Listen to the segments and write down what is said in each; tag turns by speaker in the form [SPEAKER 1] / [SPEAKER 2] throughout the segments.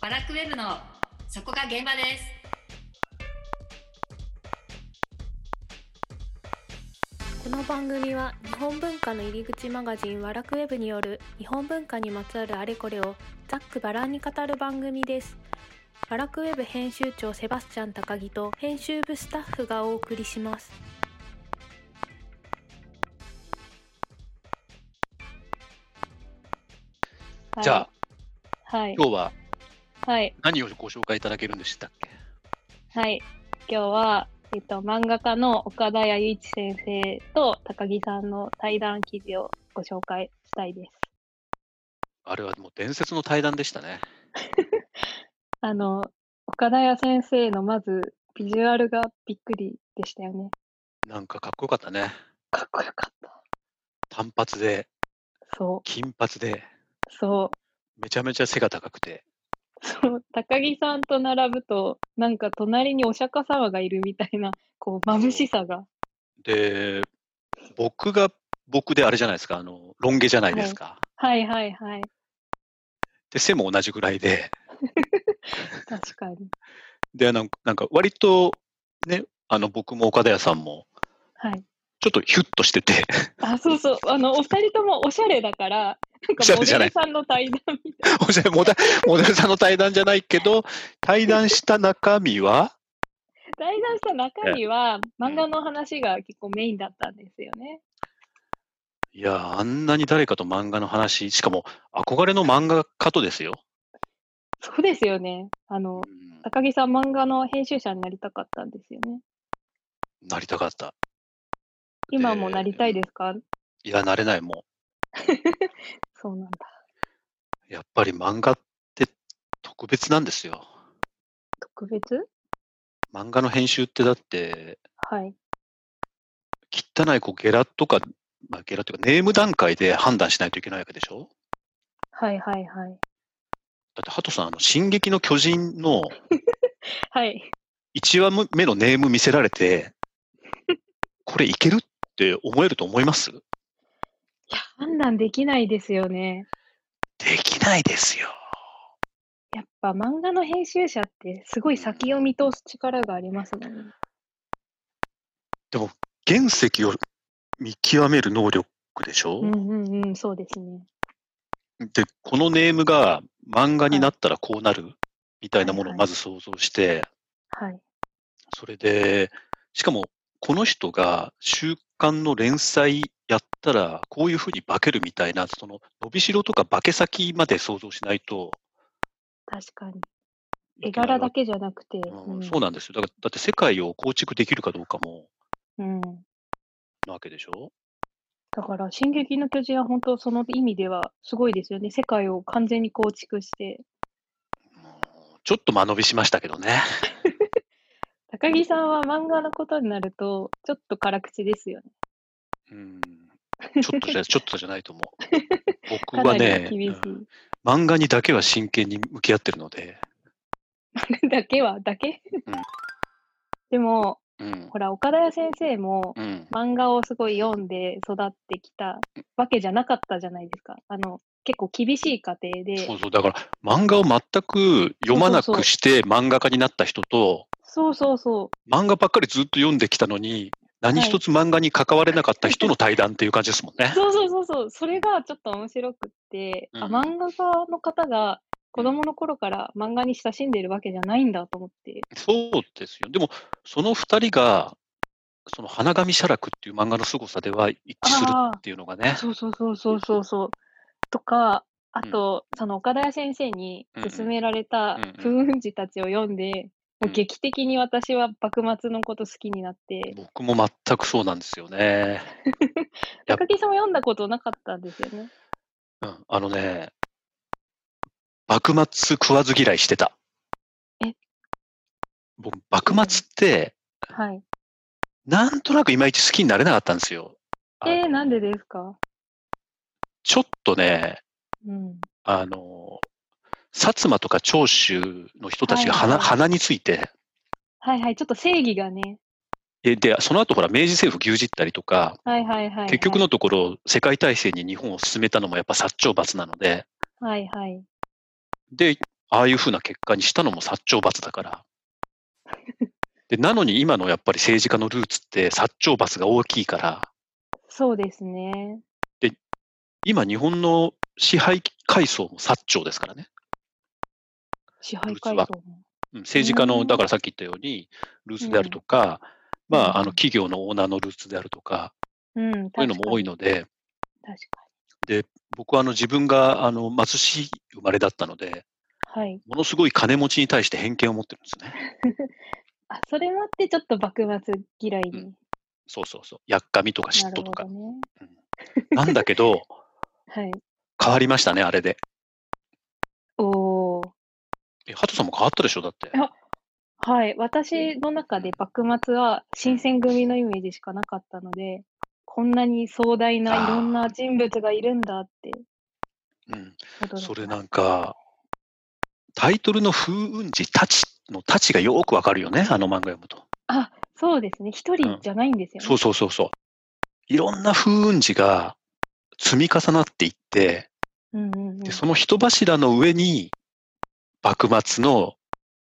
[SPEAKER 1] バラックウェブのそこが現場です。
[SPEAKER 2] この番組は日本文化の入り口マガジンワラクウェブによる日本文化にまつわるあれこれをざっくばらんに語る番組です。ワラクウェブ編集長セバスチャン高木と編集部スタッフがお送りします。
[SPEAKER 3] じゃあ、
[SPEAKER 4] あ、はい、
[SPEAKER 3] 今日は
[SPEAKER 4] はい、
[SPEAKER 3] 何をご紹介いただけるんでしたっけ
[SPEAKER 4] はい。今日は、えっと、漫画家の岡田弥一先生と高木さんの対談記事をご紹介したいです。
[SPEAKER 3] あれはもう伝説の対談でしたね。
[SPEAKER 4] あの、岡田弥先生のまず、ビジュアルがびっくりでしたよね。
[SPEAKER 3] なんかかっこよかったね。
[SPEAKER 4] かっこよかった。
[SPEAKER 3] 単発で、
[SPEAKER 4] そ
[SPEAKER 3] 金髪で、
[SPEAKER 4] う、そう。
[SPEAKER 3] めちゃめちゃ背が高くて、
[SPEAKER 4] そう、高木さんと並ぶと、なんか隣にお釈迦様がいるみたいな、 こう、眩しさが。
[SPEAKER 3] で、僕が僕であれじゃないですか、あの、ロン毛じゃないですか。
[SPEAKER 4] はいはいはい。
[SPEAKER 3] で、背も同じぐらいで、
[SPEAKER 4] 確かに。
[SPEAKER 3] で、なんかなんか割と、ね、あの、僕も岡田屋さんも、
[SPEAKER 4] はい。
[SPEAKER 3] ちょっとヒュッとしてて、
[SPEAKER 4] あ、そうそう。あの、お二人ともおしゃれだから、なん
[SPEAKER 3] おし
[SPEAKER 4] か
[SPEAKER 3] ゃ
[SPEAKER 4] モ
[SPEAKER 3] れじ
[SPEAKER 4] デ
[SPEAKER 3] ゃない
[SPEAKER 4] ルさんの対談みたい。
[SPEAKER 3] おしゃれ モデルモデルさんの対談じゃないけど、対談した中身は、
[SPEAKER 4] 対談した中身は、漫画の話が結構メインだったんですよね。
[SPEAKER 3] いやー、あんなに誰かと漫画の話、しかも憧れの漫画家とですよ。
[SPEAKER 4] そうですよね。あの、
[SPEAKER 3] うん
[SPEAKER 4] 高木さん漫画の編集者になりたかったんですよね。
[SPEAKER 3] なりたかった。
[SPEAKER 4] 今もなりたいですか、
[SPEAKER 3] いや、なれない、も
[SPEAKER 4] そうなんだ。
[SPEAKER 3] う。やっぱり漫画って特別なんですよ。
[SPEAKER 4] 特別
[SPEAKER 3] 漫画の編集ってだって、
[SPEAKER 4] はい。
[SPEAKER 3] 汚いこうゲラとか、まあ、ゲラというか、ネーム段階で判断しないといけないわけでしょ
[SPEAKER 4] はいはいはい。
[SPEAKER 3] だって、ハトさん、あの、進撃の巨人の
[SPEAKER 4] はい。
[SPEAKER 3] 1話目のネーム見せられて、これいけるって思えると思います
[SPEAKER 4] いや、判断できないですよね。
[SPEAKER 3] できないですよ。
[SPEAKER 4] やっぱ漫画の編集者ってすごい先を見通す力がありますもんね。
[SPEAKER 3] 原石を見極める能力でしょ、
[SPEAKER 4] うんうんうん、そうですね。
[SPEAKER 3] で、このネームが漫画になったらこうなるみたいなものを
[SPEAKER 4] はいはい
[SPEAKER 3] まず想像して、
[SPEAKER 4] はい。
[SPEAKER 3] それで、しかもこの人が週刊の連載やったらこういうふうに化けるみたいな、その伸びしろとか化け先まで想像しないと
[SPEAKER 4] 確かに。絵
[SPEAKER 3] いけない
[SPEAKER 4] 柄
[SPEAKER 3] わ
[SPEAKER 4] だ
[SPEAKER 3] け。
[SPEAKER 4] けじゃなくて。
[SPEAKER 3] うん、そうなんですよ。だから、だって世界を構築できるかどうかも
[SPEAKER 4] うん。
[SPEAKER 3] なわけでしょ
[SPEAKER 4] だから、進撃の巨人は本当その意味ではすごいですよね。世界を完全に構築して。
[SPEAKER 3] もうちょっと間延びしましたけどね。
[SPEAKER 4] 高木さんは漫画のことになると、ちょっと辛口ですよね。
[SPEAKER 3] うん。ちょっと じゃ、ちょっとじゃないと思う。僕
[SPEAKER 4] かな
[SPEAKER 3] は
[SPEAKER 4] り
[SPEAKER 3] ね、
[SPEAKER 4] 厳しい。
[SPEAKER 3] うん漫画にだけは真剣に向き合ってるので、
[SPEAKER 4] だけは、だけ、
[SPEAKER 3] うん
[SPEAKER 4] でも、
[SPEAKER 3] うん。
[SPEAKER 4] ほら、岡田谷先生も
[SPEAKER 3] うん、
[SPEAKER 4] 漫画をすごい読んで育ってきたわけじゃなかったじゃないですか。あの、結構厳しい家庭で。
[SPEAKER 3] そうそう、だから漫画を全く読まなくして漫画家になった人と、
[SPEAKER 4] そうそうそう。
[SPEAKER 3] 漫画ばっかりずっと読んできたのに、何一つ漫画に関われなかった人の対談っていう感じですもんね。
[SPEAKER 4] そうそうそうそう、それがちょっと面白くって、あ
[SPEAKER 3] うん
[SPEAKER 4] 漫画家の方が子供の頃から漫画に親しんでるわけじゃないんだと思って、
[SPEAKER 3] そうですよ。でも、その二人が、その花紙写楽っていう漫画の凄さでは一致するっていうのがね。
[SPEAKER 4] そうそうそうそうそうそう。とか、あ
[SPEAKER 3] うん
[SPEAKER 4] と、その岡田谷先生に
[SPEAKER 3] うんうん
[SPEAKER 4] 勧められた
[SPEAKER 3] うんうん
[SPEAKER 4] 風雲児たちを読んで、
[SPEAKER 3] う
[SPEAKER 4] もうん劇的に私は幕末のこと好きになって、
[SPEAKER 3] 僕も全くそうなんですよね。やっ
[SPEAKER 4] 高木さんも読んだことなかったんですよね。
[SPEAKER 3] うん、あのね、幕末食わず嫌いしてた。
[SPEAKER 4] え
[SPEAKER 3] 僕、幕末って、
[SPEAKER 4] はい。
[SPEAKER 3] なんとなくいまいち好きになれなかったんですよ。あ
[SPEAKER 4] え
[SPEAKER 3] の
[SPEAKER 4] ー、なんでですか
[SPEAKER 3] ちょっとね、
[SPEAKER 4] うん。
[SPEAKER 3] あの、薩摩とか長州の人たちが
[SPEAKER 4] は
[SPEAKER 3] 鼻,、
[SPEAKER 4] いはい
[SPEAKER 3] 鼻について、
[SPEAKER 4] はいはい、ちょっと正義がね。
[SPEAKER 3] えで、その後ほら、明治政府牛耳ったりとか、
[SPEAKER 4] はいはいはい、はい。
[SPEAKER 3] 結局のところ、世界大戦に日本を進めたのもやっぱ薩長閥なので、
[SPEAKER 4] はいはい。
[SPEAKER 3] で、ああいうふうな結果にしたのも薩長罰だ から。でなのに今のやっぱり政治家のルーツって薩長罰が大きいから、
[SPEAKER 4] そうですね。
[SPEAKER 3] 今日本の支配階層も薩長ですからね。
[SPEAKER 4] 支配階層も。
[SPEAKER 3] うん政治家
[SPEAKER 4] う
[SPEAKER 3] の、
[SPEAKER 4] ん
[SPEAKER 3] だからさっき言ったように、ルーツであるとか、
[SPEAKER 4] うん
[SPEAKER 3] ま
[SPEAKER 4] うん
[SPEAKER 3] あ、あの企業のオーナーのルーツであるとか、
[SPEAKER 4] うん、
[SPEAKER 3] そういうのも多い
[SPEAKER 4] の。
[SPEAKER 3] ので、
[SPEAKER 4] 確
[SPEAKER 3] 僕はあの自分があの貧しい生まれだったので、
[SPEAKER 4] かに。はい。
[SPEAKER 3] ものすごい金持ちに対して偏見を持ってるんですね。
[SPEAKER 4] あ、それもあって、ちょっと幕末嫌いに
[SPEAKER 3] そうそうそう。やっかみとか
[SPEAKER 4] な
[SPEAKER 3] 嫉
[SPEAKER 4] る
[SPEAKER 3] 妬
[SPEAKER 4] ほ
[SPEAKER 3] と
[SPEAKER 4] ど
[SPEAKER 3] か。
[SPEAKER 4] ね。
[SPEAKER 3] なんだけ ど、
[SPEAKER 4] はい。
[SPEAKER 3] 変わりましたね、あれで。
[SPEAKER 4] おー。
[SPEAKER 3] え、ハトさんも変わったでしょだって。
[SPEAKER 4] あはい、私の中で幕末は新選組のイメージしかなかったので、こんなに壮大な
[SPEAKER 3] あー
[SPEAKER 4] いろんな人物がいるんだって
[SPEAKER 3] うん。
[SPEAKER 4] 驚き
[SPEAKER 3] それなんか、タイトルの風雲児たちのたちがよくわかるよね、あの漫画読むと。
[SPEAKER 4] そうですね、一人じゃないんですよね。
[SPEAKER 3] そうそうそうそう。いろんな風雲児が積み重なっていって、
[SPEAKER 4] うんうんうん、
[SPEAKER 3] で
[SPEAKER 4] そ
[SPEAKER 3] その人柱の上に、幕末の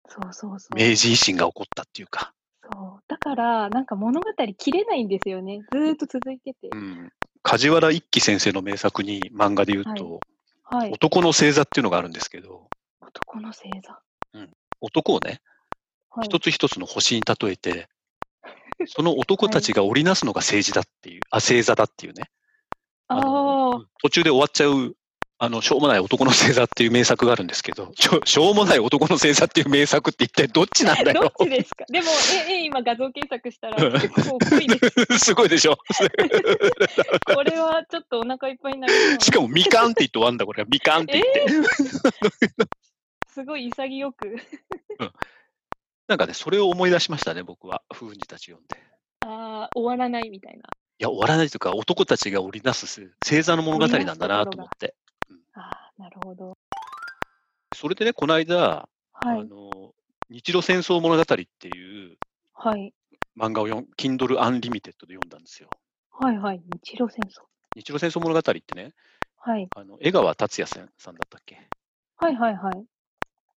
[SPEAKER 4] うそうそう。
[SPEAKER 3] 明治維新が起こったっていうか。
[SPEAKER 4] そうだから、なんか物語切れないんですよね。ずーっと続いてて
[SPEAKER 3] う。ん、梶原一騎先生の名作に漫画で言うと、
[SPEAKER 4] はい。
[SPEAKER 3] 男の星座っていうのがあるんですけど、
[SPEAKER 4] 男の星座。
[SPEAKER 3] 男をね、
[SPEAKER 4] はい、
[SPEAKER 3] 一つ一つの星に例え て、その男たちが織りなすのが政治だっていう、あ、星座だっていうね。
[SPEAKER 4] あ
[SPEAKER 3] あの
[SPEAKER 4] ー
[SPEAKER 3] うん途中で終わっちゃう、あの、しょうもない男の星座っていう名作があるんですけど、し ょしょうもない男の星座っていう名作って一体どっちなんだ
[SPEAKER 4] どっ
[SPEAKER 3] よ。
[SPEAKER 4] ちですかでも、え、え、今画像検索したら、
[SPEAKER 3] うん
[SPEAKER 4] 結構濃いで す。
[SPEAKER 3] すごいで しょ
[SPEAKER 4] これはちょっとお腹いっぱいになるような。
[SPEAKER 3] しかも、みかんって言って終わるんだ、これ。みかんって言って。
[SPEAKER 4] すごい潔く。
[SPEAKER 3] なんかね、それを思い出しましたね、僕は。風雲児たち読んで。
[SPEAKER 4] ああ、終わらないみたいな。
[SPEAKER 3] いや、終わらないというか、男たちが織り出す星座の物語なんだなと思って。
[SPEAKER 4] ああ、なるほど。
[SPEAKER 3] それでね、この間、
[SPEAKER 4] は
[SPEAKER 3] あ
[SPEAKER 4] い。
[SPEAKER 3] の、日露戦争物語っていう
[SPEAKER 4] はい。
[SPEAKER 3] 漫画を読ん Kindle Unlimited で読んだんですよ。
[SPEAKER 4] はいはい。日露戦争。
[SPEAKER 3] 日露戦争物語ってね、
[SPEAKER 4] はい。
[SPEAKER 3] あの江川達也さんさんだったっけ
[SPEAKER 4] はいはいはい。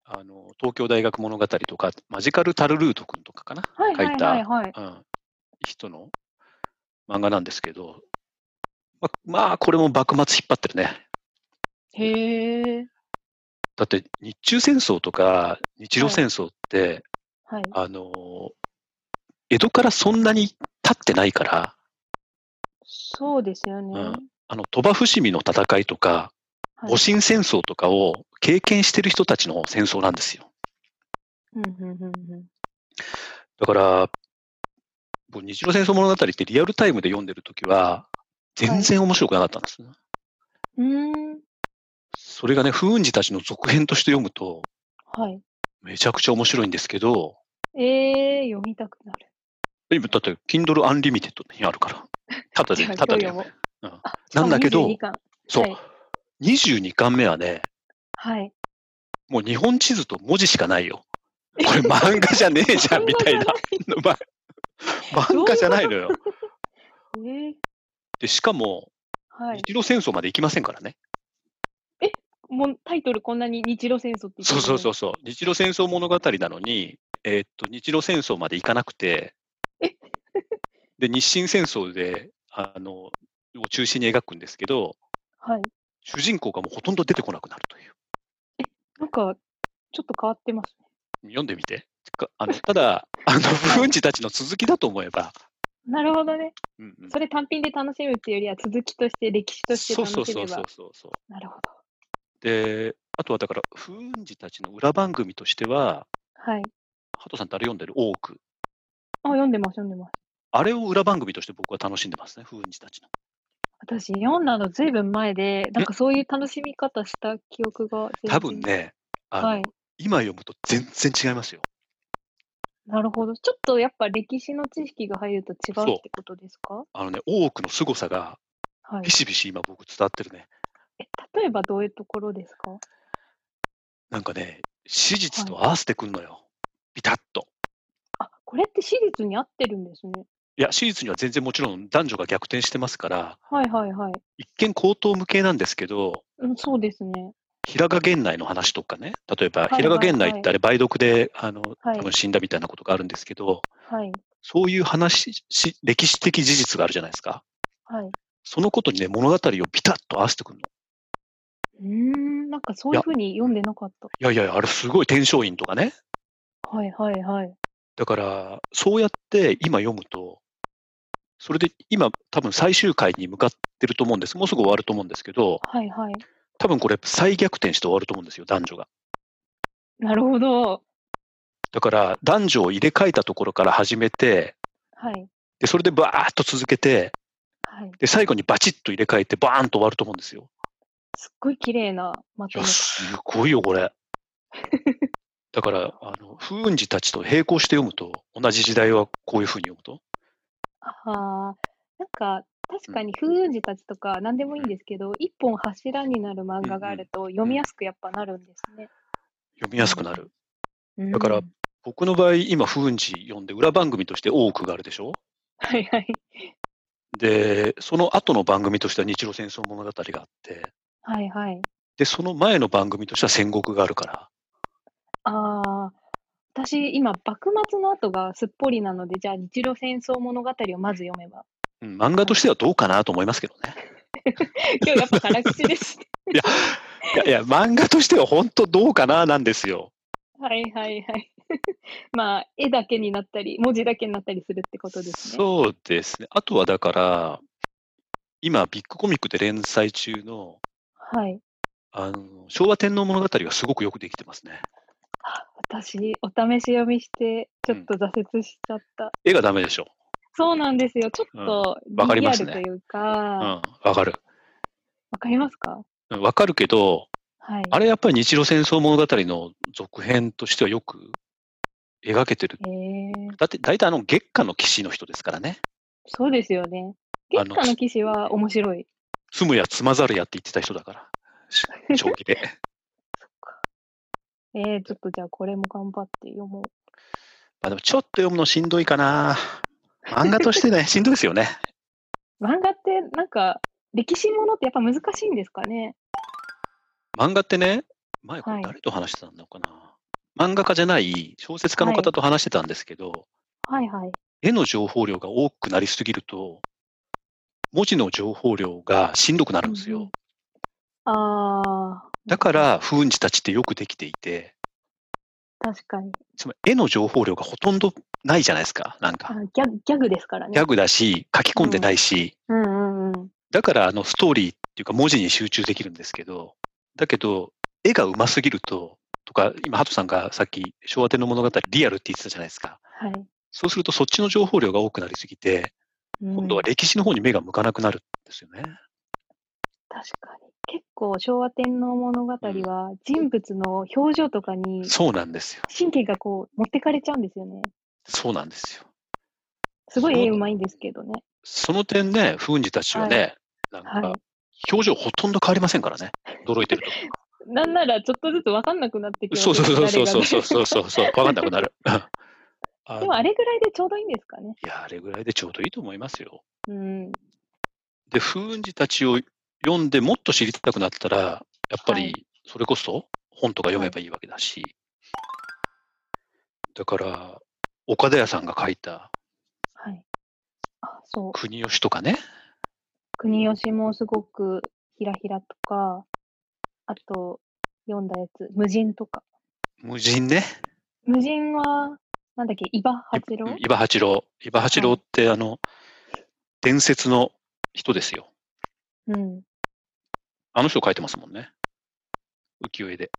[SPEAKER 3] あの東京大学物語とか、マジカル・タルルート君とかかな、
[SPEAKER 4] はいは
[SPEAKER 3] 書い
[SPEAKER 4] い
[SPEAKER 3] た、
[SPEAKER 4] はいはい。
[SPEAKER 3] うん、人の漫画なんですけど、ままあ、これも幕末引っ張ってるね。
[SPEAKER 4] へえ。
[SPEAKER 3] だって日中戦争とか日露戦争って、
[SPEAKER 4] はい。
[SPEAKER 3] あのー江戸からそんなに経ってないから、
[SPEAKER 4] そうですよね。
[SPEAKER 3] うんあの鳥羽伏見の戦いとか、
[SPEAKER 4] はい
[SPEAKER 3] 戊辰戦争とかを経験してる人たちの戦争なんですよ。
[SPEAKER 4] うんうんうんうん。
[SPEAKER 3] だから、僕日露戦争物語ってリアルタイムで読んでるときは、全然面白くなかったんですね、
[SPEAKER 4] うーん。
[SPEAKER 3] それがね、風雲児たちの続編として読むと、
[SPEAKER 4] はい。
[SPEAKER 3] めちゃくちゃ面白いんですけど、
[SPEAKER 4] ええ読みたくなる。
[SPEAKER 3] 今だって、Kindle Unlimited にあるから。た だで、
[SPEAKER 4] じゃあ
[SPEAKER 3] ただで
[SPEAKER 4] 今
[SPEAKER 3] 読め
[SPEAKER 4] 日読
[SPEAKER 3] る。
[SPEAKER 4] あ
[SPEAKER 3] なんだけど
[SPEAKER 4] しかも22巻
[SPEAKER 3] そう、
[SPEAKER 4] はい
[SPEAKER 3] 22巻目はね、
[SPEAKER 4] はい。
[SPEAKER 3] もう日本地図と文字しかないよ。これ漫画じゃねえじゃんみたい な。ま漫画じゃないのよ。
[SPEAKER 4] ええ
[SPEAKER 3] で、しかも、
[SPEAKER 4] はい。
[SPEAKER 3] 日露戦争まで行きませんからね。
[SPEAKER 4] もうタイトルこんなに日露戦争って言って。
[SPEAKER 3] そうそうそううそう。日露戦争物語なのに、えーっと、日露戦争まで行かなくて
[SPEAKER 4] え、
[SPEAKER 3] で、日清戦争で、あの、を中心に描くんですけど、
[SPEAKER 4] はい。
[SPEAKER 3] 主人公がもうほとんど出てこなくなるという。
[SPEAKER 4] なんか、ちょっと変わってますね。
[SPEAKER 3] 読んでみて。てかあのた だ、あの、不運児たちの続きだと思えば、
[SPEAKER 4] なるほどね。
[SPEAKER 3] うんうん
[SPEAKER 4] それ単品で楽しむっていうよりは続きとして歴史として
[SPEAKER 3] そう
[SPEAKER 4] 楽し
[SPEAKER 3] そ
[SPEAKER 4] めば
[SPEAKER 3] うそうそうそうそう。
[SPEAKER 4] なるほど
[SPEAKER 3] で、あとはだから、風雲児たちの裏番組としては、
[SPEAKER 4] はい
[SPEAKER 3] ハトさん誰読んでる多く。
[SPEAKER 4] あ読んでます読んでます
[SPEAKER 3] あれを裏番組として僕は楽しんでますね、風雲児たちの。
[SPEAKER 4] 私読んだのずいぶん前でなんかそういう楽しみ方した記憶が全然
[SPEAKER 3] 多分ね、あの
[SPEAKER 4] はい
[SPEAKER 3] 今読むと全然違いますよ。
[SPEAKER 4] なるほどちょっとやっぱ歴史の知識が入ると違うってことですか
[SPEAKER 3] あのね、多くの凄さが
[SPEAKER 4] はい
[SPEAKER 3] ビシビシ今僕伝わってるね。
[SPEAKER 4] え例えばどういうところですか
[SPEAKER 3] なんかね、史実と合わせてくんのよ。ビタッと。
[SPEAKER 4] あこれって史実に合ってるんですね
[SPEAKER 3] いや、史実には全然もちろん男女が逆転してますから、
[SPEAKER 4] はいはいはい
[SPEAKER 3] 一見高等無形なんですけど、
[SPEAKER 4] うんそうですね
[SPEAKER 3] 平賀源内の話とかね、例えば
[SPEAKER 4] いはい
[SPEAKER 3] 平賀源内ってあれ梅毒で、あの、
[SPEAKER 4] はい
[SPEAKER 3] 多分死んだみたいなことがあるんですけど、
[SPEAKER 4] はい。
[SPEAKER 3] そういう話し、歴史的事実があるじゃないですか。
[SPEAKER 4] はい。
[SPEAKER 3] そのことにね、物語をピタッと合わせてくるの。
[SPEAKER 4] うーん、なんかそういうふうに読んでなかった。
[SPEAKER 3] いやいやいや、あれすごい天璋院とかね。
[SPEAKER 4] はいはいはい。
[SPEAKER 3] だから、そうやって今読むと、それで今多分最終回に向かってると思うんです。もうすぐ終わると思うんですけど、
[SPEAKER 4] はいはい。
[SPEAKER 3] 多分これ再逆転して終わると思うんですよ、男女が。
[SPEAKER 4] なるほど。
[SPEAKER 3] だから、男女を入れ替えたところから始めて、
[SPEAKER 4] はい。
[SPEAKER 3] で、それでバーッと続けて、
[SPEAKER 4] はい。
[SPEAKER 3] で、最後にバチッと入れ替えて、バーンと終わると思うんですよ。
[SPEAKER 4] すっごい綺麗なま
[SPEAKER 3] い
[SPEAKER 4] と
[SPEAKER 3] や、
[SPEAKER 4] め。
[SPEAKER 3] すごいよ、これ。だから、あの、風雲児たちと並行して読むと、同じ時代はこういうふうに読むと。
[SPEAKER 4] ああ、なんか確かに風雲児たちとか何でもいいんですけど、一本柱になる漫画があると読みやすくやっぱなるんですね。
[SPEAKER 3] 読みやすくなる。
[SPEAKER 4] うん
[SPEAKER 3] だから僕の場合、今、風雲児読んで、裏番組として多くがあるでしょ
[SPEAKER 4] はいはい。
[SPEAKER 3] で、その後の番組としては日露戦争物語があって、
[SPEAKER 4] はいはい。
[SPEAKER 3] で、その前の番組としては戦国があるから、
[SPEAKER 4] ああ、私今幕末の後がすっぽりなので、じゃあ日露戦争物語をまず読 めば。
[SPEAKER 3] うん、漫画としてはどうかなと思いますけどね。
[SPEAKER 4] 今日やっぱ辛口ですね。
[SPEAKER 3] いや、いやいや、漫画としては本当どうかななんですよ。
[SPEAKER 4] はいはいはい。 まあ絵だけになったり、文字だけになったりするってことですね。
[SPEAKER 3] そうですね。あとはだから、今、ビッグコミックで連載中の、
[SPEAKER 4] はい。
[SPEAKER 3] あの、昭和天皇物語がすごくよくできてますね。
[SPEAKER 4] あ私、お試し読みして、ちょっと挫折しちゃった。
[SPEAKER 3] 絵がダメでしょ。
[SPEAKER 4] そうなんですよ。ちょっと
[SPEAKER 3] わかり
[SPEAKER 4] リア
[SPEAKER 3] ます
[SPEAKER 4] ル
[SPEAKER 3] ね
[SPEAKER 4] というか、
[SPEAKER 3] うん、
[SPEAKER 4] わ、
[SPEAKER 3] わかる。
[SPEAKER 4] かりますか
[SPEAKER 3] うんわかるけど、
[SPEAKER 4] はい。
[SPEAKER 3] あれやっぱり日露戦争物語の続編としてはよく描けてる。
[SPEAKER 4] へえ
[SPEAKER 3] だって大体あの月下の騎士の人ですからね。
[SPEAKER 4] そうですよね。
[SPEAKER 3] あ
[SPEAKER 4] 月
[SPEAKER 3] の
[SPEAKER 4] 下の騎士は面白い。
[SPEAKER 3] 積むや積まざるやって言ってた人だ から。し将棋で。
[SPEAKER 4] えー、ちょっとじゃあこれも頑張って読もう。
[SPEAKER 3] まあでもちょっと読むのしんどいかな。漫画として ね、しんどいですよね。
[SPEAKER 4] 漫画ってなんか歴史ものってやっぱ難しいんですかね
[SPEAKER 3] 漫画ってね、前こ
[SPEAKER 4] は
[SPEAKER 3] れ
[SPEAKER 4] い
[SPEAKER 3] 誰と話してたのかな、漫画家じゃない小説家の方と話してたんですけど、
[SPEAKER 4] はいはい。
[SPEAKER 3] 絵の情報量が多くなりすぎると、文字の情報量がしんどくなるんですよ。
[SPEAKER 4] うんうんあー
[SPEAKER 3] だから、風雲児たちってよくできていて、
[SPEAKER 4] 確かに
[SPEAKER 3] つまり絵の情報量がほとんどないじゃないですか、なん
[SPEAKER 4] あ
[SPEAKER 3] か。
[SPEAKER 4] ギャ。ギャグですからね
[SPEAKER 3] ギャ。グだし、書き込んでないし、
[SPEAKER 4] うんうんうん。
[SPEAKER 3] だからあのストーリーっていうか文字に集中できるんですけど、だけど、絵がうますぎると、とか、今、ハトさんがさっき昭和天の物語リアルって言ってたじゃないですか。
[SPEAKER 4] はい。
[SPEAKER 3] そうするとそっちの情報量が多くなりすぎて、
[SPEAKER 4] うん
[SPEAKER 3] 今度は歴史の方に目が向かなくなるんですよね。
[SPEAKER 4] 確かに。結構昭和天皇物語は人物の表情とかに
[SPEAKER 3] そうなんですよ。
[SPEAKER 4] 神経がこう持ってかれちゃうんですよね。
[SPEAKER 3] そうなんですよ。
[SPEAKER 4] すごい
[SPEAKER 3] そう
[SPEAKER 4] 絵うまいんですけどね。
[SPEAKER 3] その点ね、不運児たちはね、なん
[SPEAKER 4] は
[SPEAKER 3] か、表情ほとんど変わりませんからね。驚いてると。
[SPEAKER 4] い。なんならちょっとずつ分かんなくなってきます
[SPEAKER 3] そうそうそうそうそう
[SPEAKER 4] う。
[SPEAKER 3] そうそうそう、わかんなくな る。 あ
[SPEAKER 4] でもあれぐらいでちょうどいいんですかね。
[SPEAKER 3] いや、あれぐらいでちょうどいいと思いますよ。
[SPEAKER 4] うん。
[SPEAKER 3] で、風雲児たちを読んでもっと知りたくなったら、やっぱ
[SPEAKER 4] は
[SPEAKER 3] りそれこそ本とか読めばいいわけだし、だから、岡田屋さんが書いた
[SPEAKER 4] はい。あ、そう。
[SPEAKER 3] 国吉とかね、
[SPEAKER 4] 国吉もすごくひらひらとか、あと読んだやつ、無人とか。
[SPEAKER 3] 無人ね、
[SPEAKER 4] 無人は、なんだっけ、伊庭八郎
[SPEAKER 3] 伊庭八郎。伊庭八郎って、あの、伝説の人ですよ。
[SPEAKER 4] うん。
[SPEAKER 3] あの人書いてますもんね。浮世絵で。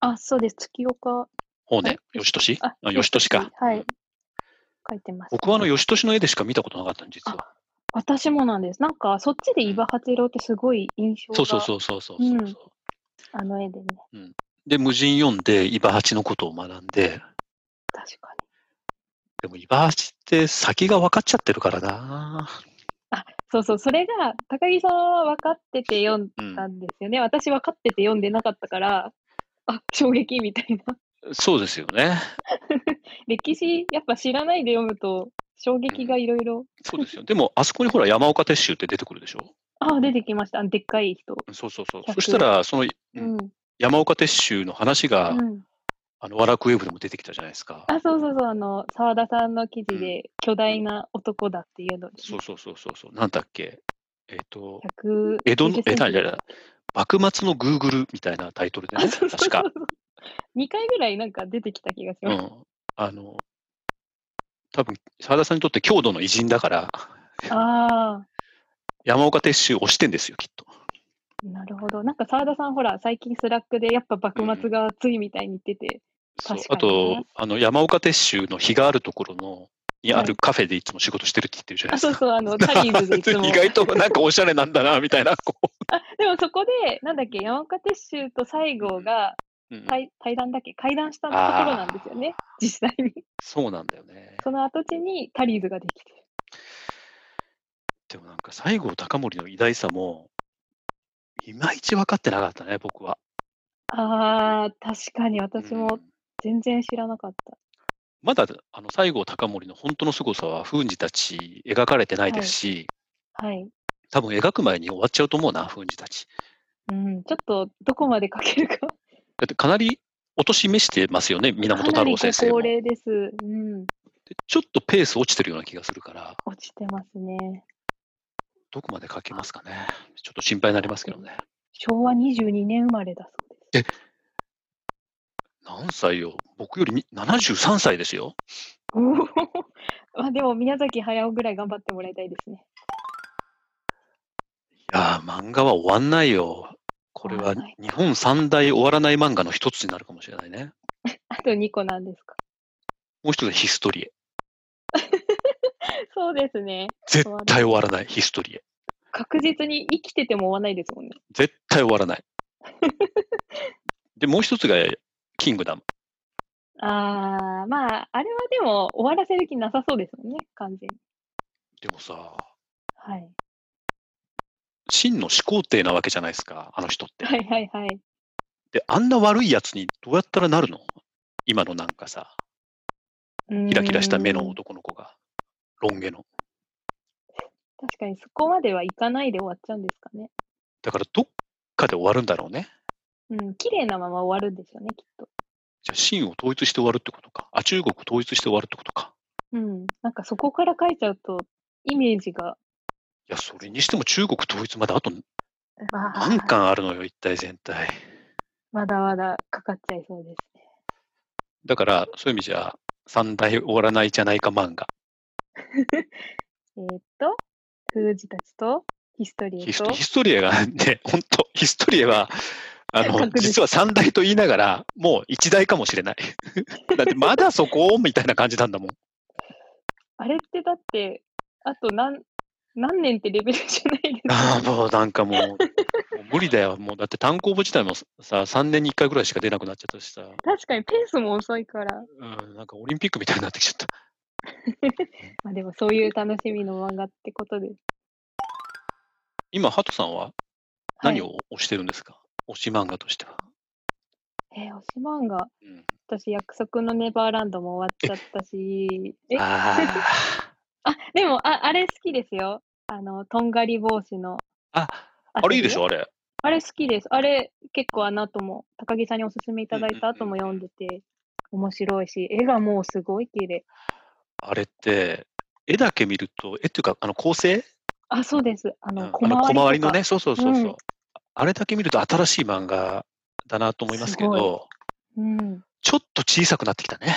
[SPEAKER 4] あ、そうです。月岡。
[SPEAKER 3] 法然
[SPEAKER 4] あ
[SPEAKER 3] 義俊
[SPEAKER 4] あ
[SPEAKER 3] あ、義俊か。
[SPEAKER 4] は
[SPEAKER 3] う
[SPEAKER 4] い
[SPEAKER 3] ん。
[SPEAKER 4] 書いてます。
[SPEAKER 3] 僕はあの、義俊の絵でしか見たことなかったん実は。
[SPEAKER 4] 私もなんです。なんか、そっちで伊庭八郎ってすごい印象が。
[SPEAKER 3] そうそうそうそうそうそう
[SPEAKER 4] うんあの絵でね。
[SPEAKER 3] で、無人読んで、伊庭八のことを学んで、
[SPEAKER 4] 確かに。
[SPEAKER 3] でも伊庭八って先が分かっちゃってるからな。
[SPEAKER 4] そうそう、それが、高木さんは分かってて読ん
[SPEAKER 3] うん
[SPEAKER 4] だんですよね。私分かってて読んでなかったから、あ、衝撃みたいな。
[SPEAKER 3] そうですよね。
[SPEAKER 4] 歴史、やっぱ知らないで読むと、衝撃がいろいろ。
[SPEAKER 3] そうですよ。でも、あそこにほら、山岡鉄舟って出てくるでしょ。
[SPEAKER 4] あ、出てきました。あのでっかい人。
[SPEAKER 3] そうそうそう。
[SPEAKER 4] 100
[SPEAKER 3] そしたら、その、
[SPEAKER 4] うん。
[SPEAKER 3] 山岡鉄舟の話が、
[SPEAKER 4] うん、
[SPEAKER 3] あの、ワラクウェブでも出てきたじゃないですか。
[SPEAKER 4] あ、そうそうそう、あの、澤田さんの記事で、巨大な男だっていうのに、
[SPEAKER 3] そうそうそうそうそう。なんだっけ。えっ、と、
[SPEAKER 4] 100
[SPEAKER 3] 江戸の
[SPEAKER 4] 90、
[SPEAKER 3] え、
[SPEAKER 4] センチ
[SPEAKER 3] なになになに幕末のグーグルみたいなタイトルでね、
[SPEAKER 4] あそうそうそ
[SPEAKER 3] 確
[SPEAKER 4] う
[SPEAKER 3] か。
[SPEAKER 4] 2回ぐらいなんか出てきた気がし
[SPEAKER 3] う
[SPEAKER 4] ます。
[SPEAKER 3] ん。あの、多分澤田さんにとって郷土の偉人だから、
[SPEAKER 4] あ
[SPEAKER 3] 山岡鉄舟推してんですよ、きっと。
[SPEAKER 4] あ、なるほど。なんか澤田さん、ほら、最近スラックで、やっぱ幕末が熱いみたいに言ってて、
[SPEAKER 3] そうあ
[SPEAKER 4] 確かに
[SPEAKER 3] と
[SPEAKER 4] ね、
[SPEAKER 3] あの、山岡鉄舟の日があるところの、にあ
[SPEAKER 4] は
[SPEAKER 3] る
[SPEAKER 4] い
[SPEAKER 3] カフェでいつも仕事してるって言ってるじゃない
[SPEAKER 4] あ、
[SPEAKER 3] です
[SPEAKER 4] そ
[SPEAKER 3] か。
[SPEAKER 4] うそう、あの、タリ ーズでいつも。
[SPEAKER 3] 意外となんかおしゃれなんだな、みたいな。こ
[SPEAKER 4] でもそこで、なんだっけ、山岡鉄舟と西郷が
[SPEAKER 3] ううん
[SPEAKER 4] 対対談だっけ、会談したところなんですよね、実際に。
[SPEAKER 3] そうなんだよね。
[SPEAKER 4] その跡地にタリーズができてる。
[SPEAKER 3] でもなんか西郷隆盛の偉大さも、いまいち分かってなかったね、僕は。
[SPEAKER 4] ああ、確かに私
[SPEAKER 3] う
[SPEAKER 4] も
[SPEAKER 3] ん
[SPEAKER 4] 全然知らなかった。
[SPEAKER 3] まだあの西郷隆盛の本当の凄さは、風二たち描かれてないですし、
[SPEAKER 4] はい。
[SPEAKER 3] 多分描く前に終わっちゃうと思うな、風二たち。
[SPEAKER 4] うん、ちょっとどこまで書けるか。
[SPEAKER 3] だってかなりお年めしてますよね、源
[SPEAKER 4] か
[SPEAKER 3] 太
[SPEAKER 4] なり
[SPEAKER 3] 郎
[SPEAKER 4] ご
[SPEAKER 3] 先生も
[SPEAKER 4] 高。齢です。うん、
[SPEAKER 3] でちょっとペース落ちてるような気がするから、
[SPEAKER 4] 落ちてますね。
[SPEAKER 3] どこまで書けますかね。ちょっと心配になりますけどね。
[SPEAKER 4] 昭和22年生まれだそうです。
[SPEAKER 3] 何歳よ僕よりに73歳ですよ。
[SPEAKER 4] お お。まあでも宮崎駿ぐらい頑張ってもらいたいですね。
[SPEAKER 3] いやー、漫画は終わんないよ。これは
[SPEAKER 4] 終わんない
[SPEAKER 3] 日本三大終わらない漫画の一つになるかもしれないね。
[SPEAKER 4] あと2個なんですか。
[SPEAKER 3] もう一つはヒストリエ。
[SPEAKER 4] そうですね。
[SPEAKER 3] 絶対終わらない、ヒストリエ。
[SPEAKER 4] 確実に生きてても追わないですもんね。
[SPEAKER 3] 絶対終わら ない。で、もう一つがキングダム。
[SPEAKER 4] ああ、まあ、あれはでも終わらせる気なさそうですもんね、完全に。
[SPEAKER 3] でもさ、
[SPEAKER 4] はい。
[SPEAKER 3] 真の始皇帝なわけじゃないですか、あの人って。
[SPEAKER 4] はいはいはい。
[SPEAKER 3] で、あんな悪いやつにどうやったらなるの今のなんかさ、キラキラした目の
[SPEAKER 4] うーん
[SPEAKER 3] 男の子が、ロン毛の。
[SPEAKER 4] 確かにそこまではいかないで終わっちゃうんですかね。
[SPEAKER 3] だからどっかで終わるんだろうね。
[SPEAKER 4] うん、綺麗なまま終わるんでしょうね、きっと。
[SPEAKER 3] じゃあ、真を統一して終わるってことか。あ、中国を統一して終わるってことか。
[SPEAKER 4] うん。なんかそこから書いちゃうと、イメージが。
[SPEAKER 3] いや、それにしても中国統一まであと
[SPEAKER 4] まあ
[SPEAKER 3] 何巻あるのよ、一体全体。
[SPEAKER 4] まだまだかかっちゃいそうですね。
[SPEAKER 3] だから、そういう意味じゃ、三大終わらないじゃないか漫画。
[SPEAKER 4] えーっと、封じたちと、ヒストリ
[SPEAKER 3] ヒ
[SPEAKER 4] エ
[SPEAKER 3] ス
[SPEAKER 4] と
[SPEAKER 3] ト、ヒストリエがね、 本当ヒストリエは、あの、
[SPEAKER 4] 確
[SPEAKER 3] 実
[SPEAKER 4] 実
[SPEAKER 3] は三大と言いながら、もう一大かもしれない。 だって、まだそこみたいな感じなんだもん。
[SPEAKER 4] あれってだって、あと何、何年ってレベルじゃないです
[SPEAKER 3] あ
[SPEAKER 4] か。
[SPEAKER 3] あ、もうなんか もう、もう無理だよ。もう、だって単行部自体もさ、3年に1回ぐらいしか出なくなっちゃったしさ、
[SPEAKER 4] 確かにペースも遅いから。
[SPEAKER 3] うん、なんかオリンピックみたいになってきちゃった。
[SPEAKER 4] まあでもそういう楽しみの漫画ってことです。
[SPEAKER 3] 今、ハトさんは何
[SPEAKER 4] はい
[SPEAKER 3] を推してるんですか、推し漫画としては。
[SPEAKER 4] えー、推し漫画。
[SPEAKER 3] うん
[SPEAKER 4] 私、約束のネバーランドも終わっちゃっ たし。え、
[SPEAKER 3] あー
[SPEAKER 4] あ、でも、あ、あれ好きですよ。あの、とんがり帽子の。
[SPEAKER 3] あ、あれいいでしょ、あれ。
[SPEAKER 4] あれ好きです。あれ、結構あの後も、高木さんにおすすめいただいた後も
[SPEAKER 3] うんうんうん
[SPEAKER 4] 読
[SPEAKER 3] うん
[SPEAKER 4] んでて、面白いし、絵がもうすごい綺麗。
[SPEAKER 3] あれって、絵だけ見ると、絵っていうか、あの構成、
[SPEAKER 4] あ、そうです。あ
[SPEAKER 3] うん
[SPEAKER 4] の、
[SPEAKER 3] あの
[SPEAKER 4] 小回りとか。
[SPEAKER 3] 小回りのね、そうそうそうそう、
[SPEAKER 4] うん
[SPEAKER 3] あれだけ見ると新しい漫画だなと思いますけ
[SPEAKER 4] す
[SPEAKER 3] ど、
[SPEAKER 4] うん。
[SPEAKER 3] ちょっと小さくなってきたね。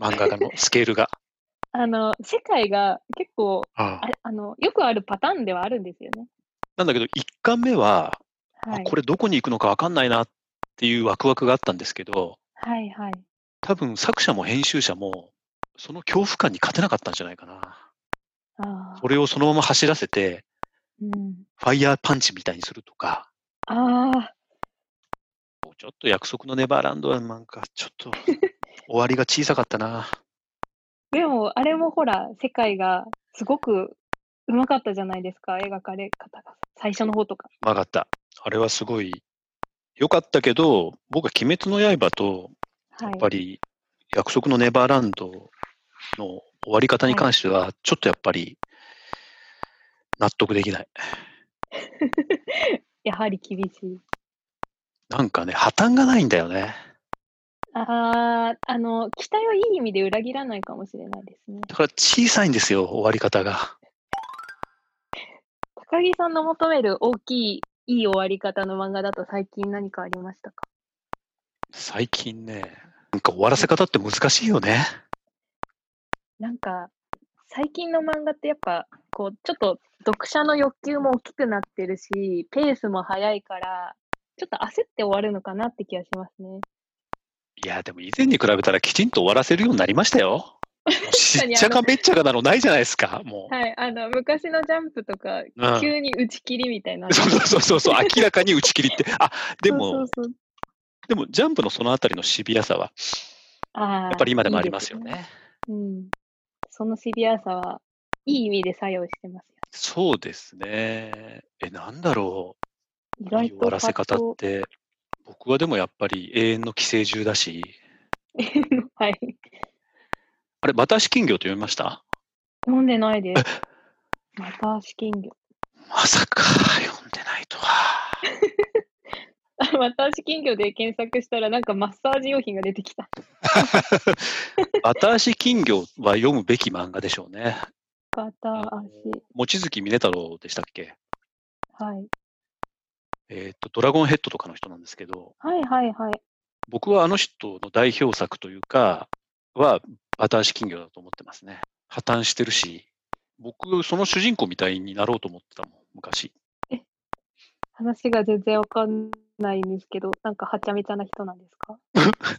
[SPEAKER 3] 漫画家 のスケールが。
[SPEAKER 4] あの、世界が結構、
[SPEAKER 3] あ
[SPEAKER 4] ああの、よくあるパターンではあるんですよね。
[SPEAKER 3] なんだけど、1巻目は、あ
[SPEAKER 4] はい。
[SPEAKER 3] これどこに行くのか分かんないなっていうワクワクがあったんですけど、
[SPEAKER 4] はいはい。
[SPEAKER 3] 多分作者も編集者も、その恐怖感に勝てなかったんじゃないかな。
[SPEAKER 4] あ
[SPEAKER 3] そ
[SPEAKER 4] あ。
[SPEAKER 3] れをそのまま走らせて、
[SPEAKER 4] うん。
[SPEAKER 3] ファイヤーパンチみたいにするとか、
[SPEAKER 4] ああ、
[SPEAKER 3] ちょっと約束のネバーランドはなんか、ちょっ と終わりが小さかったな。
[SPEAKER 4] でも、あれもほら、世界がすごくうまかったじゃないですか、描かれ方が。最初の方とか。
[SPEAKER 3] わかった。あれはすごい良かったけど、僕は鬼滅の刃と、
[SPEAKER 4] は
[SPEAKER 3] や
[SPEAKER 4] い
[SPEAKER 3] っ。ぱり約束のネバーランドの終わり方に関しては、ちょっとやっぱり納得できない。
[SPEAKER 4] やはり厳しい。
[SPEAKER 3] なんかね、破綻がないんだよね。
[SPEAKER 4] ああ、あの、期待をいい意味で裏切らないかもしれないですね。
[SPEAKER 3] だから小さいんですよ、終わり方が。
[SPEAKER 4] 高木さんの求める大きい、いい終わり方の漫画だと最近何かありましたか
[SPEAKER 3] 最近ね、なんか終わらせ方って難しいよね。
[SPEAKER 4] なんか、最近の漫画ってやっぱ、こう、ちょっと読者の欲求も大きくなってるし、ペースも速いから、ちょっと焦って終わるのかなって気がしますね。
[SPEAKER 3] いや、でも以前に比べたらきちんと終わらせるようになりましたよ。し
[SPEAKER 4] か
[SPEAKER 3] っ
[SPEAKER 4] に
[SPEAKER 3] ちゃかめっちゃかなのないじゃないですか、もう。
[SPEAKER 4] はい、あの、昔のジャンプとか、
[SPEAKER 3] うん
[SPEAKER 4] 急に打ち切りみたいな。
[SPEAKER 3] そうそうそうそう、明らかに打ち切りって。あ、でも、
[SPEAKER 4] そうそうそう
[SPEAKER 3] でもジャンプのそのあたりのシビアさは、や
[SPEAKER 4] あ
[SPEAKER 3] っぱり今でもありますよね。
[SPEAKER 4] うん。そのシビアさは、いい意味で作用してますよ。
[SPEAKER 3] そうですね。え、なんだろ
[SPEAKER 4] 意
[SPEAKER 3] う。
[SPEAKER 4] 外
[SPEAKER 3] いい
[SPEAKER 4] と
[SPEAKER 3] 終わらせ方
[SPEAKER 4] パッ
[SPEAKER 3] っ
[SPEAKER 4] と
[SPEAKER 3] て。僕はでもやっぱり永遠の寄生獣だし、
[SPEAKER 4] はい。
[SPEAKER 3] あれ、バタ足金魚と読みました
[SPEAKER 4] 飲んでないです。また資金魚。
[SPEAKER 3] まさか、読んでないとは。
[SPEAKER 4] あまた資金魚で検索したら、なんかマッサージ用品が出てきた。
[SPEAKER 3] バタ足金魚は読むべき漫画でしょうね。
[SPEAKER 4] バター足。
[SPEAKER 3] 望月峰太郎でしたっけ
[SPEAKER 4] はい。
[SPEAKER 3] えっ、と、ドラゴンヘッドとかの人なんですけど、
[SPEAKER 4] はいはいはい。
[SPEAKER 3] 僕はあの人の代表作というか、は、バタ足金魚だと思ってますね。破綻してるし、僕、その主人公みたいになろうと思ってたもん、昔。
[SPEAKER 4] 話が全然わかんないんですけど、なんかはちゃめちゃな人なんですか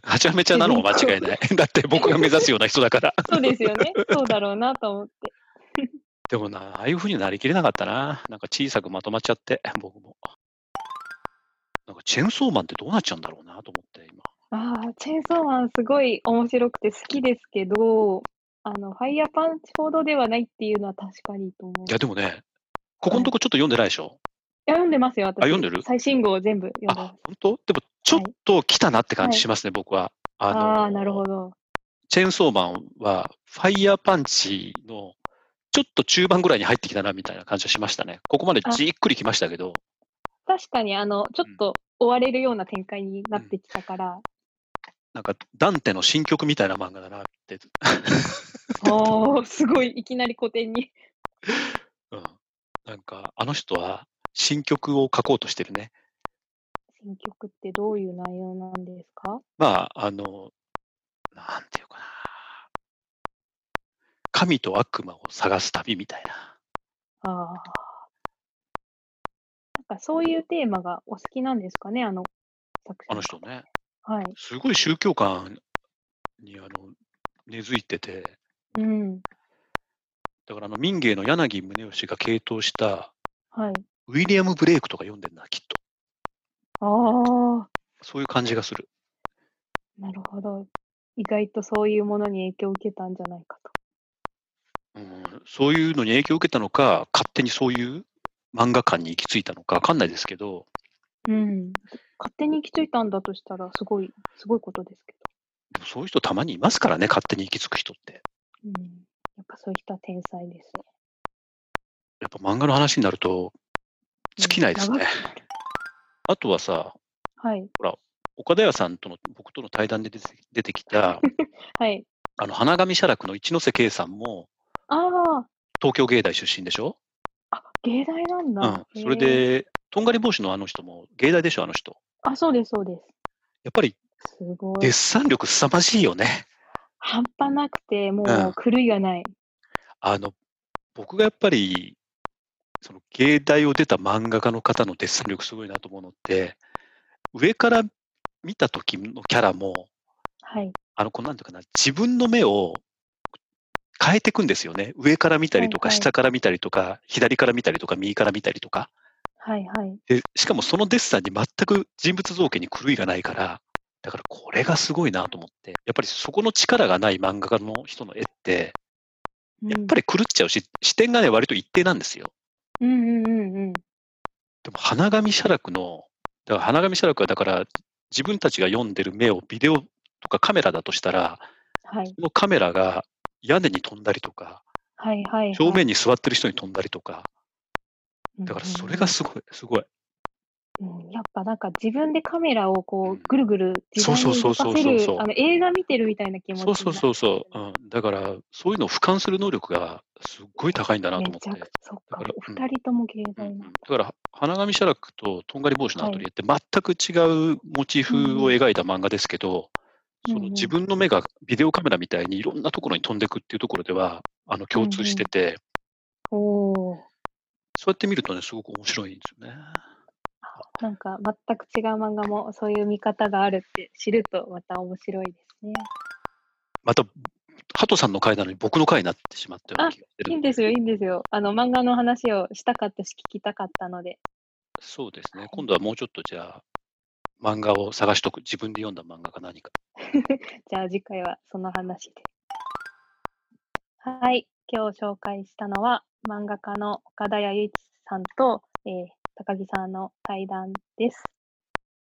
[SPEAKER 3] はちゃめちゃなのも間違い ない。だって僕が目指すような人だから。
[SPEAKER 4] そうです よね。そうだろうなと思って。
[SPEAKER 3] でもな、ああいう風になりきれなかったな。なんか小さくまとまっちゃって、僕も。なんかチェーンソーマンってどうなっちゃうんだろうなと思って、今。
[SPEAKER 4] ああ、チェーンソーマンすごい面白くて好きですけど、あの、ファイヤーパンチほどではないっていうのは確かにいいと思う。
[SPEAKER 3] いや、でもね、ここのとこちょっと読んでないでしょ。
[SPEAKER 4] いや、読んでますよ、私。
[SPEAKER 3] 読んでる
[SPEAKER 4] 最新号を全部読んでま
[SPEAKER 3] あ
[SPEAKER 4] す。、
[SPEAKER 3] 本当でもちょっと来たなって感じしますね、僕は。あの
[SPEAKER 4] ああー、なるほど。
[SPEAKER 3] チェーンソーマンは、ファイヤーパンチの、ちょっと中盤ぐらいに入ってきたなみたいな感じがしましたね。ここまでじっくり来ましたけど、
[SPEAKER 4] 確かに、あの、ちょっと追われるような展開になってきたから、
[SPEAKER 3] なんかダンテの新曲みたいな漫画だなって
[SPEAKER 4] おー、すごい、いきなり古典に。
[SPEAKER 3] うんなんか、あの人は新曲を書こうとしてるね。
[SPEAKER 4] 新曲ってどういう内容なんですか
[SPEAKER 3] まあ、あの、なんていうかな。神と悪魔を探す旅みたいな。
[SPEAKER 4] ああ。なんか、そういうテーマがお好きなんですかね、あの作
[SPEAKER 3] あの
[SPEAKER 4] 者
[SPEAKER 3] 人ね、
[SPEAKER 4] はい。
[SPEAKER 3] すごい宗教観にあの根付いてて、
[SPEAKER 4] うん。
[SPEAKER 3] だからあの民芸の柳宗悦が傾倒した
[SPEAKER 4] はい。
[SPEAKER 3] ウィリアム・ブレイクとか読んでんな、きっと。
[SPEAKER 4] ああ。
[SPEAKER 3] そういう感じがする。
[SPEAKER 4] なるほど。意外とそういうものに影響を受けたんじゃないかと。
[SPEAKER 3] うん、そういうのに影響を受けたのか、勝手にそういう漫画観に行き着いたのかわかんないですけど、
[SPEAKER 4] うん。勝手に行き着いたんだとしたら、すごい、すごいことですけ
[SPEAKER 3] でもそういう人たまにいますからね、勝手に行き着く人って。
[SPEAKER 4] ど。うん。やっぱそういう人は天才ですね。
[SPEAKER 3] やっぱ漫画の話になると尽きないです
[SPEAKER 4] うん
[SPEAKER 3] ね。あとはさ、
[SPEAKER 4] はい。
[SPEAKER 3] 岡田屋さんとの僕との対談で出て出てき た、
[SPEAKER 4] はい。
[SPEAKER 3] あの花紙写楽の一ノ瀬圭さんも
[SPEAKER 4] あ
[SPEAKER 3] 東京芸大出身でしょ、
[SPEAKER 4] あ、あ、芸大なん
[SPEAKER 3] う
[SPEAKER 4] だ
[SPEAKER 3] ん。、それ
[SPEAKER 4] へえ。
[SPEAKER 3] で、とんがり帽子のあの人も芸大でしょ、あの人。
[SPEAKER 4] あ、そうです、そうで
[SPEAKER 3] やっぱり
[SPEAKER 4] す。すご
[SPEAKER 3] デッ
[SPEAKER 4] い。
[SPEAKER 3] サン力凄まじいよね。
[SPEAKER 4] 半端なくて、も
[SPEAKER 3] う
[SPEAKER 4] うん狂いがない。
[SPEAKER 3] あの、僕がやっぱり、その芸大を出た漫画家の方のデッサン力すごいなと思うのって、上から見た時のキャラも、
[SPEAKER 4] はい。
[SPEAKER 3] あの、こうなんていうかな、自分の目を変えていくんですよね。上から見たりとか、
[SPEAKER 4] はいはい
[SPEAKER 3] 下から見たりとか、左から見たりとか、右から見たりとか。
[SPEAKER 4] はい、はい。
[SPEAKER 3] で、しかもそのデッサンに全く人物造形に狂いがないから、だからこれがすごいなと思って、やっぱりそこの力がない漫画家の人の絵って、やっぱ
[SPEAKER 4] り。
[SPEAKER 3] り狂っちゃうし、視点がね、割と一定なんですよ。
[SPEAKER 4] うんうんうんうん。
[SPEAKER 3] でも、花紙写楽の、だから花紙写楽はだから、自分たちが読んでる目をビデオとかカメラだとしたら、
[SPEAKER 4] はい。
[SPEAKER 3] そのカメラが屋根に飛んだりとか、
[SPEAKER 4] はい、はい。
[SPEAKER 3] 正面に座ってる人に飛んだりとか、
[SPEAKER 4] うんうんうん
[SPEAKER 3] だからそれがすごい、すごい。
[SPEAKER 4] うん、やっぱなんか自分でカメラをこうぐるぐる自
[SPEAKER 3] そう
[SPEAKER 4] 分
[SPEAKER 3] そう
[SPEAKER 4] に
[SPEAKER 3] そ
[SPEAKER 4] 動
[SPEAKER 3] うそ
[SPEAKER 4] か
[SPEAKER 3] う
[SPEAKER 4] せる
[SPEAKER 3] そう
[SPEAKER 4] あの映画見てるみたいな気持ちに
[SPEAKER 3] そうそうそうそう、
[SPEAKER 4] なる
[SPEAKER 3] うん、だからそういうのを俯瞰する能力がすっごい高いんだなと思
[SPEAKER 4] め
[SPEAKER 3] っ
[SPEAKER 4] ち
[SPEAKER 3] て、
[SPEAKER 4] ゃくちゃそっ
[SPEAKER 3] だ
[SPEAKER 4] か
[SPEAKER 3] から
[SPEAKER 4] お二人とも芸
[SPEAKER 3] う
[SPEAKER 4] 大
[SPEAKER 3] ん
[SPEAKER 4] な
[SPEAKER 3] だから花神写楽ととんがり帽子のアトリエって全く違うモチーフを描いた漫画ですけど、
[SPEAKER 4] う
[SPEAKER 3] そ
[SPEAKER 4] んうんう
[SPEAKER 3] の
[SPEAKER 4] ん
[SPEAKER 3] 自分の目がビデオカメラみたいにいろんなところに飛んでくっていうところではあの共通してて、
[SPEAKER 4] おお
[SPEAKER 3] そうやって見るとねすごく面白いんですよね。
[SPEAKER 4] なんか全く違う漫画もそういう見方があるって知るとまた面白いですね
[SPEAKER 3] またハトさんの回なのに僕の回になってしまったような気がして
[SPEAKER 4] いい
[SPEAKER 3] る
[SPEAKER 4] んですよいいんですよあの漫画の話をしたかったし聞きたかったので
[SPEAKER 3] そうですね今度はもうちょっとじゃあ漫画を探しとく自分で読んだ漫画か何か
[SPEAKER 4] じゃあ次回はその話で。はい、今日紹介したのは漫画家の岡田弥一さんと、えー高木さんの対談です。